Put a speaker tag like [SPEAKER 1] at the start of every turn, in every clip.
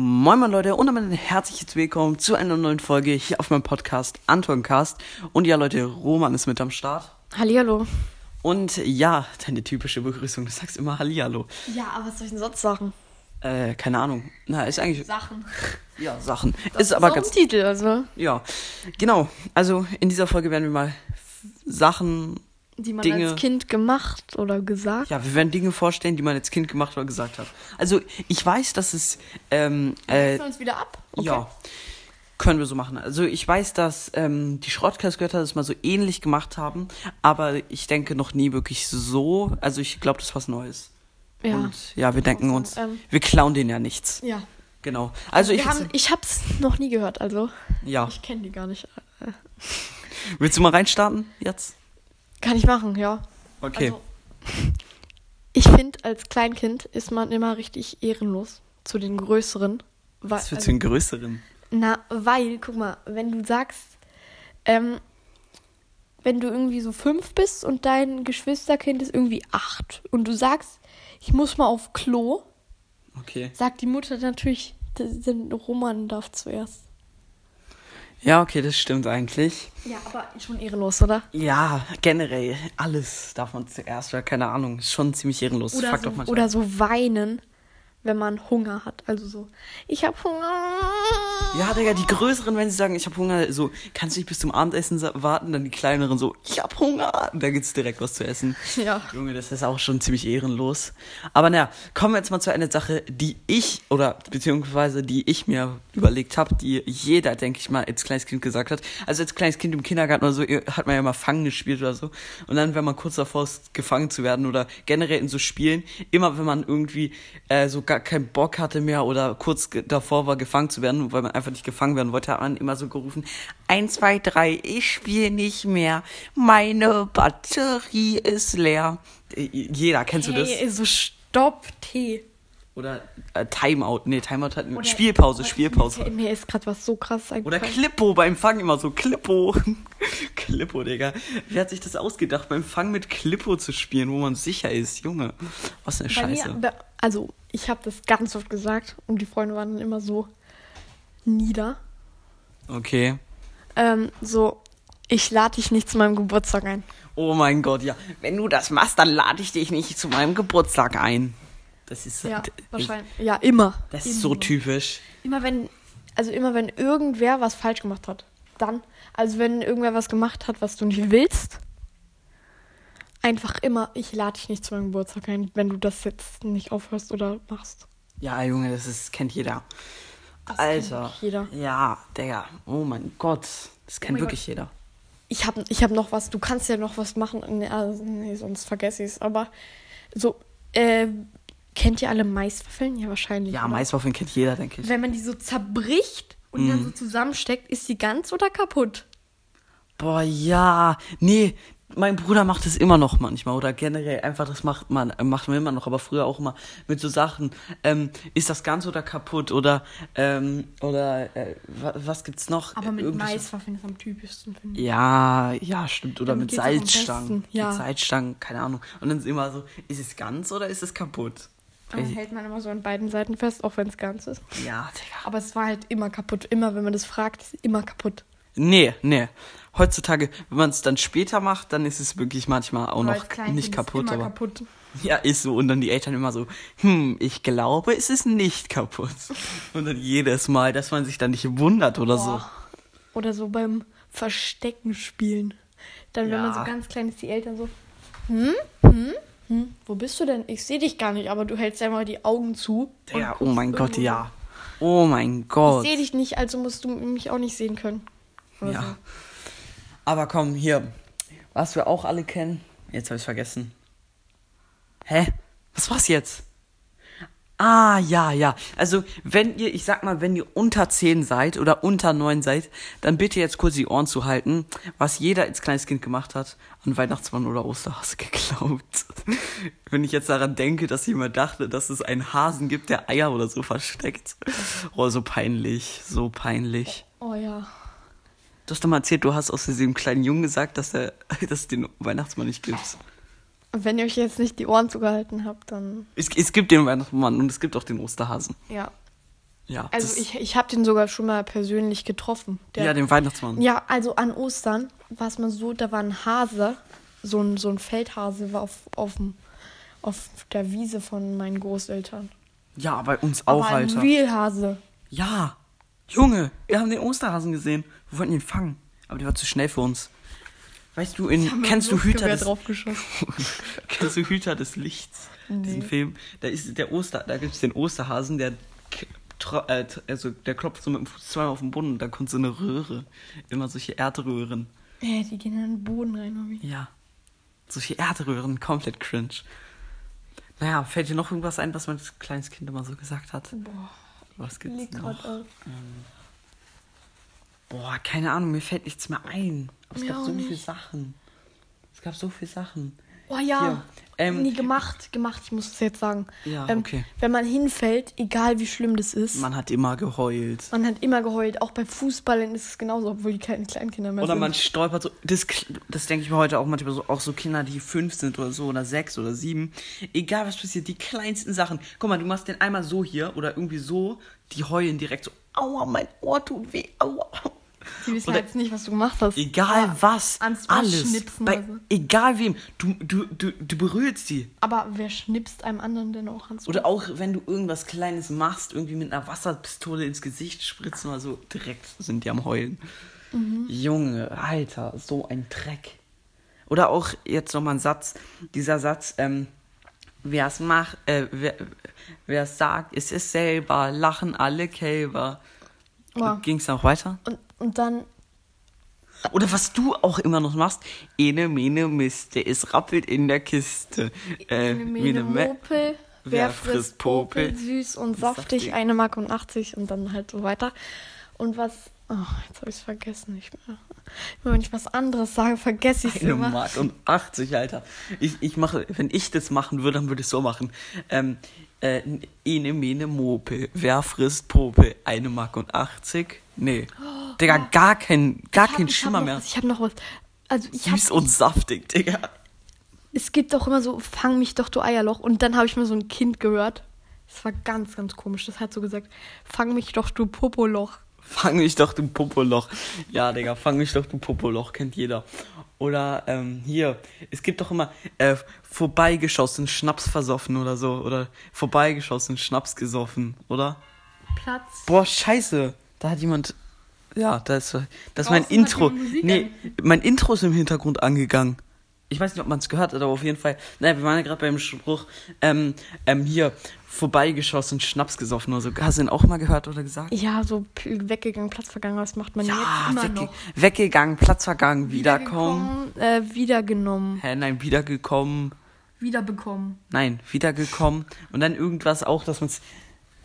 [SPEAKER 1] Moin moin Leute und damit ein herzliches Willkommen zu einer neuen Folge hier auf meinem Podcast Anton Cast. Und ja Leute, Roman ist mit am Start.
[SPEAKER 2] Hallihallo.
[SPEAKER 1] Und ja, deine typische Begrüßung, du sagst immer Hallihallo.
[SPEAKER 2] Ja, aber was soll ich denn sonst sagen?
[SPEAKER 1] Äh, keine Ahnung. Na, ist eigentlich.
[SPEAKER 2] Sachen.
[SPEAKER 1] Ja, Sachen. ist aber
[SPEAKER 2] so
[SPEAKER 1] ganz.
[SPEAKER 2] ein Titel, also,
[SPEAKER 1] Ja. Genau. Also in dieser Folge werden wir mal Sachen.
[SPEAKER 2] die man
[SPEAKER 1] Dinge.
[SPEAKER 2] als Kind gemacht oder gesagt.
[SPEAKER 1] Ja, wir werden Dinge vorstellen, die man als Kind gemacht oder gesagt hat. Also ich weiß, dass es. Ähm, äh,
[SPEAKER 2] wir uns wieder ab.
[SPEAKER 1] Ja. Können wir so machen. Also ich weiß, dass ähm, die Schrottkassgötter das mal so ähnlich gemacht haben, aber ich denke noch nie wirklich so. Also ich glaube, das ist was Neues.
[SPEAKER 2] Ja.
[SPEAKER 1] Und ja, wir denken uns,
[SPEAKER 2] ähm,
[SPEAKER 1] wir klauen denen ja nichts.
[SPEAKER 2] ja.
[SPEAKER 1] Genau. Also ich
[SPEAKER 2] Wir haben, ich hab's noch nie gehört, also.
[SPEAKER 1] ja.
[SPEAKER 2] Ich kenne die gar nicht. Äh,
[SPEAKER 1] Willst du mal reinstarten jetzt?
[SPEAKER 2] Kann ich machen, ja.
[SPEAKER 1] Okay.
[SPEAKER 2] Also, ich finde, als Kleinkind ist man immer richtig ehrenlos zu den Größeren. Weil,
[SPEAKER 1] was für den größeren?
[SPEAKER 2] Na, weil, guck mal, wenn du sagst, ähm, wenn du irgendwie so fünf bist und dein Geschwisterkind ist irgendwie acht und du sagst, ich muss mal auf Klo,
[SPEAKER 1] Okay.
[SPEAKER 2] sagt die Mutter natürlich, das sind Roman darf zuerst.
[SPEAKER 1] Ja, okay, das stimmt eigentlich.
[SPEAKER 2] Ja, aber schon ehrenlos, oder?
[SPEAKER 1] Ja, generell alles davon zuerst oder keine Ahnung, ist schon ziemlich ehrenlos.
[SPEAKER 2] Oder,
[SPEAKER 1] Fuck
[SPEAKER 2] so,
[SPEAKER 1] doch manchmal.
[SPEAKER 2] oder so weinen, wenn man Hunger hat. Also so, ich hab Hunger.
[SPEAKER 1] Ja, Digga, die Größeren, wenn sie sagen, ich hab Hunger, so, kannst du nicht bis zum Abendessen sa- warten? Dann die Kleineren so, ich hab Hunger. Da gibt's direkt was zu essen.
[SPEAKER 2] Ja.
[SPEAKER 1] Junge, das ist auch schon ziemlich ehrenlos. Aber naja, kommen wir jetzt mal zu einer Sache, die ich, oder beziehungsweise die ich mir überlegt habe, die jeder, denke ich mal, als kleines Kind gesagt hat. Also als kleines Kind im Kindergarten oder so, ihr- hat man ja mal Fangen gespielt oder so. Und dann, wenn man kurz davor ist, gefangen zu werden oder generell in so Spielen, immer wenn man irgendwie äh, so gar keinen Bock hatte mehr oder kurz ge- davor war, gefangen zu werden, weil man einfach nicht gefangen werden wollte, hat man immer so gerufen, eins, zwei, drei, ich spiele nicht mehr, meine Batterie ist leer. Äh, Jeder, kennst du das?
[SPEAKER 2] Hey, so stopp, Tee.
[SPEAKER 1] Oder äh, Timeout, nee, Timeout hat
[SPEAKER 2] Oder-
[SPEAKER 1] Spielpause,
[SPEAKER 2] oder-
[SPEAKER 1] Spielpause.
[SPEAKER 2] Mir- Mir ist gerade was so krass
[SPEAKER 1] Oder
[SPEAKER 2] eingefallen.
[SPEAKER 1] Klippo beim Fang immer so Klippo. Klippo, Digga. Wer hat sich das ausgedacht, beim Fang mit Klippo zu spielen, wo man sicher ist? Junge, was eine
[SPEAKER 2] Bei
[SPEAKER 1] Scheiße.
[SPEAKER 2] Mir, bei- also, ich habe das ganz oft gesagt und die Freunde waren dann immer so nieder.
[SPEAKER 1] okay.
[SPEAKER 2] Ähm, so, ich lade dich nicht zu meinem Geburtstag ein.
[SPEAKER 1] Oh mein Gott, ja. Wenn du das machst, dann lade ich dich nicht zu meinem Geburtstag ein. Das ist
[SPEAKER 2] Ja,
[SPEAKER 1] d-
[SPEAKER 2] wahrscheinlich. Ja, immer.
[SPEAKER 1] Das
[SPEAKER 2] immer.
[SPEAKER 1] ist so typisch.
[SPEAKER 2] Immer wenn, also immer wenn irgendwer was falsch gemacht hat, dann, also wenn irgendwer was gemacht hat, was du nicht willst, einfach immer, ich lade dich nicht zu meinem Geburtstag ein, wenn du das jetzt nicht aufhörst oder machst.
[SPEAKER 1] Ja, Junge, das ist, kennt jeder.
[SPEAKER 2] Das
[SPEAKER 1] Alter.
[SPEAKER 2] kennt jeder. Oh
[SPEAKER 1] Ja, Digga. Oh mein Gott. Das kennt
[SPEAKER 2] mein
[SPEAKER 1] wirklich jeder.
[SPEAKER 2] ich habe ich hab noch was, du kannst ja noch was machen. Nee, also, nee sonst vergesse ich es. Aber so, äh, kennt ihr alle Maiswaffeln? Ja, wahrscheinlich.
[SPEAKER 1] Ja,
[SPEAKER 2] oder?
[SPEAKER 1] Maiswaffeln kennt jeder, denke ich.
[SPEAKER 2] Genau. Wenn man die so zerbricht und dann so zusammensteckt, ist sie ganz oder kaputt?
[SPEAKER 1] Boah, ja. Nee, mein Bruder macht es immer noch manchmal. Oder generell einfach, das macht man, äh, macht man immer noch, aber früher auch immer mit so Sachen. Ähm, ist das ganz oder kaputt? Oder, ähm, oder äh, wa- was gibt's noch?
[SPEAKER 2] Aber mit
[SPEAKER 1] Irgendwelche-
[SPEAKER 2] Maiswaffeln ist am typischsten, finde ich.
[SPEAKER 1] Ja, ja, stimmt. Oder mit
[SPEAKER 2] Damit geht's auch am
[SPEAKER 1] Salzstangen.
[SPEAKER 2] besten, ja.
[SPEAKER 1] Mit Salzstangen, keine Ahnung. Und dann ist immer so, ist es ganz oder ist es kaputt?
[SPEAKER 2] Dann hält man immer so an beiden Seiten fest, auch wenn es ganz ist.
[SPEAKER 1] Ja, Digga.
[SPEAKER 2] Aber es war halt immer kaputt. Immer, wenn man das fragt, ist immer kaputt.
[SPEAKER 1] Nee, nee. Heutzutage, wenn man es dann später macht, dann ist es wirklich manchmal auch
[SPEAKER 2] Aber
[SPEAKER 1] noch
[SPEAKER 2] als Kleinkind
[SPEAKER 1] nicht
[SPEAKER 2] ist
[SPEAKER 1] kaputt.
[SPEAKER 2] halt Immer
[SPEAKER 1] Aber
[SPEAKER 2] kaputt.
[SPEAKER 1] Ja, ist so. Und dann die Eltern immer so, hm, ich glaube, es ist nicht kaputt. Und dann jedes Mal, dass man sich dann nicht wundert oder so.
[SPEAKER 2] Boah. Oder so beim Verstecken spielen. Dann, wenn man
[SPEAKER 1] Ja.
[SPEAKER 2] so ganz klein ist, die Eltern so, hm, hm, hm, wo bist du denn? Ich sehe dich gar nicht, aber du hältst ja mal die Augen zu. und
[SPEAKER 1] Ja, oh
[SPEAKER 2] guckst
[SPEAKER 1] mein Gott,
[SPEAKER 2] irgendwo
[SPEAKER 1] ja. Oh mein
[SPEAKER 2] hin.
[SPEAKER 1] Gott.
[SPEAKER 2] Ich sehe dich nicht, also musst du mich auch nicht sehen können. Oder
[SPEAKER 1] Ja. Aber komm, hier. Was wir auch alle kennen. Jetzt habe ich vergessen. Hä? Was war's jetzt? Ah, ja, ja. Also, wenn ihr, ich sag mal, wenn ihr unter 10 seid oder unter 9 seid, dann bitte jetzt kurz die Ohren zu halten, was jeder als kleines Kind gemacht hat, an Weihnachtsmann oder Osterhase geglaubt. wenn ich jetzt daran denke, dass jemand dachte, dass es einen Hasen gibt, der Eier oder so versteckt. Oh, so peinlich, so peinlich.
[SPEAKER 2] So. Oh ja.
[SPEAKER 1] Du hast doch mal erzählt, du hast aus diesem kleinen Jungen gesagt, dass, er, dass es den Weihnachtsmann nicht gibt.
[SPEAKER 2] Und wenn ihr euch jetzt nicht die Ohren zugehalten habt, dann
[SPEAKER 1] Es, es gibt den Weihnachtsmann und es gibt auch den Osterhasen.
[SPEAKER 2] ja.
[SPEAKER 1] Ja, das-
[SPEAKER 2] Also ich, ich habe den sogar schon mal persönlich getroffen. Der,
[SPEAKER 1] ja, den Weihnachtsmann.
[SPEAKER 2] Ja, also an Ostern war es mal so, da war ein Hase, so ein, so ein Feldhase war auf, auf, auf der Wiese von meinen Großeltern.
[SPEAKER 1] Ja, bei uns auch,
[SPEAKER 2] Aber
[SPEAKER 1] Alter.
[SPEAKER 2] Ein Realhase.
[SPEAKER 1] Ja. Junge, wir haben den Osterhasen gesehen. Wir wollten ihn fangen. Aber der war zu schnell für uns. Weißt du, in, kennst du Hüter des,
[SPEAKER 2] draufgeschossen.
[SPEAKER 1] kennst du Hüter des Lichts? Diesen Film. Da ist der Oster, da gibt's den Osterhasen, der, k- tro- äh, t- also, der klopft so mit dem Fuß zweimal auf den Boden und da kommt so eine Röhre. Immer solche Erdröhren.
[SPEAKER 2] Äh, die gehen in den Boden rein, oder wie?
[SPEAKER 1] Ja. Solche Erdröhren, komplett cringe. Naja, fällt dir noch irgendwas ein, was mein kleines Kind immer so gesagt hat?
[SPEAKER 2] Boah,
[SPEAKER 1] Was gibt's
[SPEAKER 2] liegt
[SPEAKER 1] noch?
[SPEAKER 2] gerade auf.
[SPEAKER 1] Boah, keine Ahnung, mir fällt nichts mehr ein. Aber es
[SPEAKER 2] Mir
[SPEAKER 1] gab
[SPEAKER 2] auch
[SPEAKER 1] so viele
[SPEAKER 2] nicht.
[SPEAKER 1] Sachen. Es gab so viele Sachen.
[SPEAKER 2] Oh ja,
[SPEAKER 1] Hier, ähm,
[SPEAKER 2] nee, gemacht, gemacht, ich muss es jetzt sagen.
[SPEAKER 1] Ja,
[SPEAKER 2] ähm,
[SPEAKER 1] okay.
[SPEAKER 2] Wenn man hinfällt, egal wie schlimm das ist, man,
[SPEAKER 1] Man hat immer geheult.
[SPEAKER 2] hat immer geheult. Auch bei Fußballern ist es genauso, obwohl die keine Kleinkinder mehr
[SPEAKER 1] Oder
[SPEAKER 2] sind.
[SPEAKER 1] man stolpert so. Das, kl- das denke ich mir heute auch manchmal so. Auch so Kinder, die fünf sind oder so oder sechs oder sieben. Egal was passiert, die kleinsten Sachen. Guck mal, du machst den einmal so hier oder irgendwie so. Die heulen direkt so. Aua, mein Ohr tut weh. Aua.
[SPEAKER 2] die wissen halt
[SPEAKER 1] oder-
[SPEAKER 2] jetzt nicht, was du gemacht hast.
[SPEAKER 1] Egal was.
[SPEAKER 2] ans Ohr
[SPEAKER 1] alles.
[SPEAKER 2] schnipsen
[SPEAKER 1] Bei,
[SPEAKER 2] oder so.
[SPEAKER 1] egal wem. Du, du, du, du berührst die.
[SPEAKER 2] Aber wer schnipst einem anderen denn auch ans Ohr?
[SPEAKER 1] Oder auch wenn du irgendwas Kleines machst, irgendwie mit einer Wasserpistole ins Gesicht spritzen oder so, direkt sind die am Heulen. Junge, Alter, so ein Dreck. Oder auch jetzt nochmal ein Satz, dieser Satz, ähm, wer es macht, äh, wer, wer es sagt, es ist selber, lachen alle Kälber.
[SPEAKER 2] Wow.
[SPEAKER 1] Ging es noch weiter?
[SPEAKER 2] Und, und dann,
[SPEAKER 1] Oder was du auch immer noch machst, ene, mene, miste, es rappelt in der Kiste. Äh,
[SPEAKER 2] eine Mene
[SPEAKER 1] me-
[SPEAKER 2] Mopel, wer frisst Popel, süß und
[SPEAKER 1] saftig.
[SPEAKER 2] saftig, eine Mark und 80 und dann halt so weiter. Und was, oh, jetzt habe ich es vergessen, ich, immer wenn ich was anderes sage, vergesse ich es
[SPEAKER 1] Eine
[SPEAKER 2] immer.
[SPEAKER 1] Mark und 80, Alter. Ich, ich mache, wenn ich das machen würde, dann würde ich es so machen. Ähm, äh, ene, mene, mope. Wer frisst Pope? Eine Mark und 80? Nee. Digga, gar kein, gar
[SPEAKER 2] Oh, Ich hab-
[SPEAKER 1] kein
[SPEAKER 2] ich hab
[SPEAKER 1] Schimmer
[SPEAKER 2] noch
[SPEAKER 1] mehr.
[SPEAKER 2] Was, ich habe noch was. Also ich hab,
[SPEAKER 1] Süß und saftig, Digga.
[SPEAKER 2] es gibt auch immer so, fang mich doch, du Eierloch. Und dann habe ich mal so ein Kind gehört. Das war ganz, ganz komisch. Das hat so gesagt, fang mich doch, du Popoloch.
[SPEAKER 1] Fang mich doch, du Popoloch. Ja, Digga, fang mich doch, du Popoloch. Kennt jeder. Oder ähm, hier, es gibt doch immer äh, vorbeigeschossen, Schnaps versoffen oder so. Oder vorbeigeschossen, Schnaps gesoffen, oder?
[SPEAKER 2] Platz.
[SPEAKER 1] Boah, scheiße. Da hat jemand. Ja, da ist, das ist
[SPEAKER 2] Draußen
[SPEAKER 1] mein
[SPEAKER 2] hat
[SPEAKER 1] Intro.
[SPEAKER 2] jemand Musik
[SPEAKER 1] Nee, mein Intro ist im Hintergrund angegangen. Ich weiß nicht, ob man es gehört hat, aber auf jeden Fall. Naja, wir waren ja gerade beim Spruch. Ähm, ähm, hier, vorbeigeschossen, Schnaps gesoffen oder so. Hast du den auch mal gehört oder gesagt? Ah,
[SPEAKER 2] Ja, so p- weggegangen, Platz vergangen. Das macht man jetzt immer
[SPEAKER 1] wegge
[SPEAKER 2] noch.
[SPEAKER 1] weggegangen, Platz vergangen, wiederkommen.
[SPEAKER 2] Wiedergekommen, Äh, wiedergenommen.
[SPEAKER 1] Hä, nein, wiedergekommen.
[SPEAKER 2] Wiederbekommen.
[SPEAKER 1] Nein, wiedergekommen. Und dann irgendwas auch, dass man's.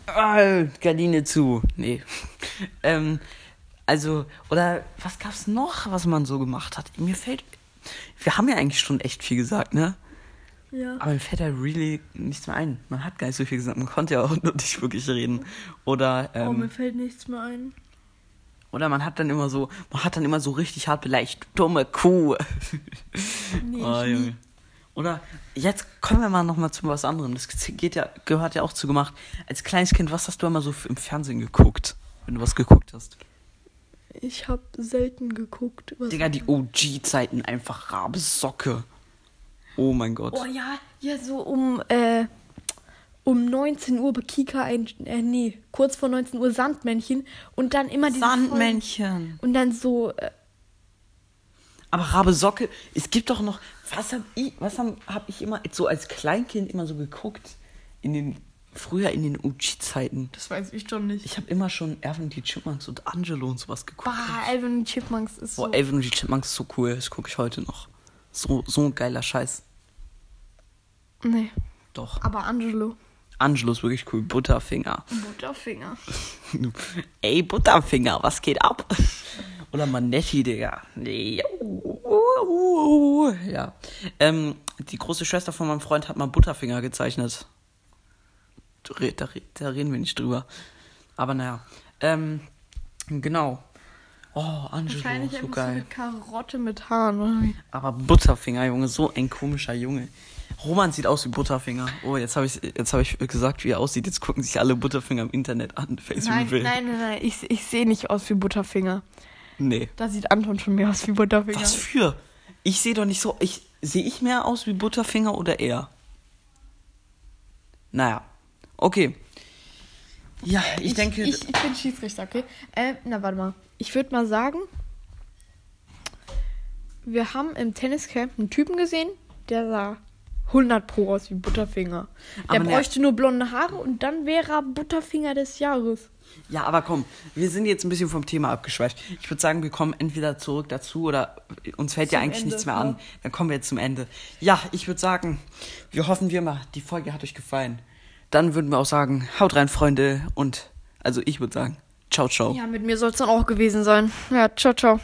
[SPEAKER 1] Ah, Gardine zu. Nee. ähm, also, oder was gab's noch, was man so gemacht hat? Mir fällt. Wir haben ja eigentlich schon echt viel gesagt, ne?
[SPEAKER 2] Ja.
[SPEAKER 1] Aber mir fällt da really nichts mehr ein. Man hat gar nicht so viel gesagt. Man konnte ja auch nur nicht wirklich reden. Oder, ähm,
[SPEAKER 2] Oh, fällt nichts mehr ein.
[SPEAKER 1] oder man hat dann immer so, man hat dann immer so richtig hart beleidigt. Dumme Kuh.
[SPEAKER 2] Nee,
[SPEAKER 1] Oh,
[SPEAKER 2] ich nie.
[SPEAKER 1] Junge. Oder jetzt kommen wir mal nochmal zu was anderem. Das geht ja, gehört ja auch zu gemacht. Als kleines Kind, was hast du immer so f- im Fernsehen geguckt, wenn du was geguckt hast?
[SPEAKER 2] Ich habe selten geguckt. Was
[SPEAKER 1] Digga, die OG-Zeiten einfach Rabesocke. Oh mein Gott.
[SPEAKER 2] Oh ja, ja, so um, äh, um 19 Uhr bei Kika ein, äh, nee, kurz vor 19 Uhr Sandmännchen und dann immer diese
[SPEAKER 1] Sandmännchen.
[SPEAKER 2] Folgen. Und dann so, äh,
[SPEAKER 1] Aber Rabesocke, es gibt doch noch. Was hab ich, was haben, hab ich immer so als Kleinkind immer so geguckt? In den, früher in den OG-Zeiten.
[SPEAKER 2] das weiß ich schon nicht.
[SPEAKER 1] Ich habe immer schon Erwin die Chipmunks und Angelo und sowas geguckt.
[SPEAKER 2] Bah, Alvin und die Chipmunks ist so.
[SPEAKER 1] Boah, Alvin und die Chipmunks ist so cool, das gucke ich heute noch. So, so ein geiler Scheiß.
[SPEAKER 2] nee,
[SPEAKER 1] Doch.
[SPEAKER 2] aber Angelo.
[SPEAKER 1] Angelo ist wirklich cool. Butterfinger.
[SPEAKER 2] Butterfinger.
[SPEAKER 1] Ey, Butterfinger, was geht ab? Oder Manetti, Digga. Nee. Ja. Ähm, die große Schwester von meinem Freund hat mal Butterfinger gezeichnet. Da, re- da, re- da reden wir nicht drüber. Aber naja. Ähm, genau. Oh, Angelo,
[SPEAKER 2] Wahrscheinlich
[SPEAKER 1] so
[SPEAKER 2] einfach so
[SPEAKER 1] geil.
[SPEAKER 2] eine Karotte mit Haaren. Oder wie?
[SPEAKER 1] Aber Butterfinger, Junge, so ein komischer Junge. Roman sieht aus wie Butterfinger. Oh, jetzt habe ich jetzt habe ich gesagt, wie er aussieht. Jetzt gucken sich alle Butterfinger im Internet an. Face
[SPEAKER 2] Nein,
[SPEAKER 1] Reveal.
[SPEAKER 2] nein, nein, nein. Ich, ich sehe nicht aus wie Butterfinger.
[SPEAKER 1] Nee.
[SPEAKER 2] Da sieht Anton schon mehr aus wie Butterfinger.
[SPEAKER 1] Was für? Ich sehe doch nicht so. Ich sehe ich mehr aus wie Butterfinger oder er? Naja. Okay. Ja, ich, denke.
[SPEAKER 2] Ich, ich bin Schiedsrichter, okay? Äh, na, warte mal. Ich würde mal sagen, wir haben im Tenniscamp einen Typen gesehen, der sah 100 Pro aus wie Butterfinger. Der
[SPEAKER 1] Aber ne-
[SPEAKER 2] bräuchte nur blonde Haare und dann wäre er Butterfinger des Jahres.
[SPEAKER 1] ja, aber komm, wir sind jetzt ein bisschen vom Thema abgeschweift. Ich würde sagen, wir kommen entweder zurück dazu oder uns fällt ja
[SPEAKER 2] Zum
[SPEAKER 1] eigentlich
[SPEAKER 2] Ende,
[SPEAKER 1] nichts mehr
[SPEAKER 2] ne?
[SPEAKER 1] an. Dann kommen wir jetzt zum Ende. Ja, ich würde sagen, wir hoffen wir mal, die Folge hat euch gefallen. Dann würden wir auch sagen, haut rein, Freunde, und also ich würde sagen, ciao, ciao.
[SPEAKER 2] Ja, mit mir soll es dann auch gewesen sein. Ja, ciao, ciao.